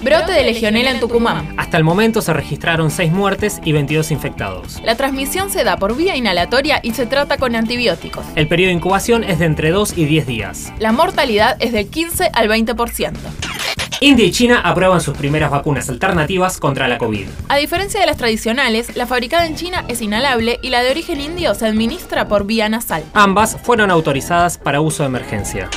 Brote de legionela en Tucumán. Hasta el momento se registraron 6 muertes y 22 infectados. La transmisión se da por vía inhalatoria y se trata con antibióticos. El periodo de incubación es de entre 2 y 10 días. La mortalidad es del 15 al 20%. India y China aprueban sus primeras vacunas alternativas contra la COVID. A diferencia de las tradicionales, la fabricada en China es inhalable y la de origen indio se administra por vía nasal. Ambas fueron autorizadas para uso de emergencia.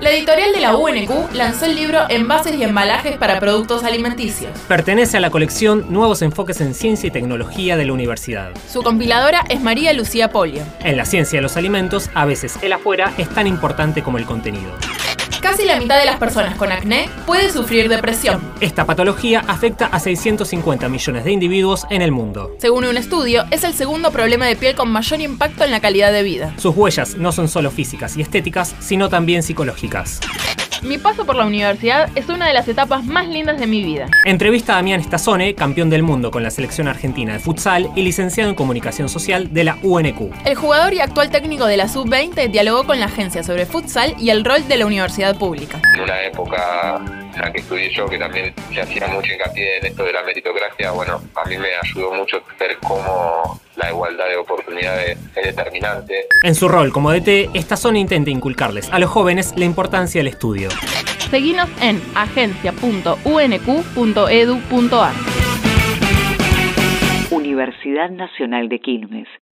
La editorial de la UNQ lanzó el libro Envases y embalajes para productos alimenticios. Pertenece a la colección Nuevos Enfoques en Ciencia y Tecnología de la Universidad. Su compiladora es María Lucía Polio. En la ciencia de los alimentos, a veces el afuera es tan importante como el contenido. Casi la mitad de las personas con acné puede sufrir depresión. Esta patología afecta a 650 millones de individuos en el mundo. Según un estudio, es el segundo problema de piel con mayor impacto en la calidad de vida. Sus huellas no son solo físicas y estéticas, sino también psicológicas. Mi paso por la universidad es una de las etapas más lindas de mi vida. Entrevista a Damián Stazone, campeón del mundo con la selección argentina de futsal y licenciado en comunicación social de la UNQ. El jugador y actual técnico de la Sub-20 dialogó con la agencia sobre futsal y el rol de la universidad pública. en una época en la que estudié yo, que también se hacía mucho hincapié en esto de la meritocracia, bueno, a mí me ayudó mucho ver cómo la igualdad de oportunidades es determinante. En su rol como DT, Stazone intenta inculcarles a los jóvenes la importancia del estudio. Seguinos en e agencia.unq.edu.ar. Universidad Nacional de Quilmes.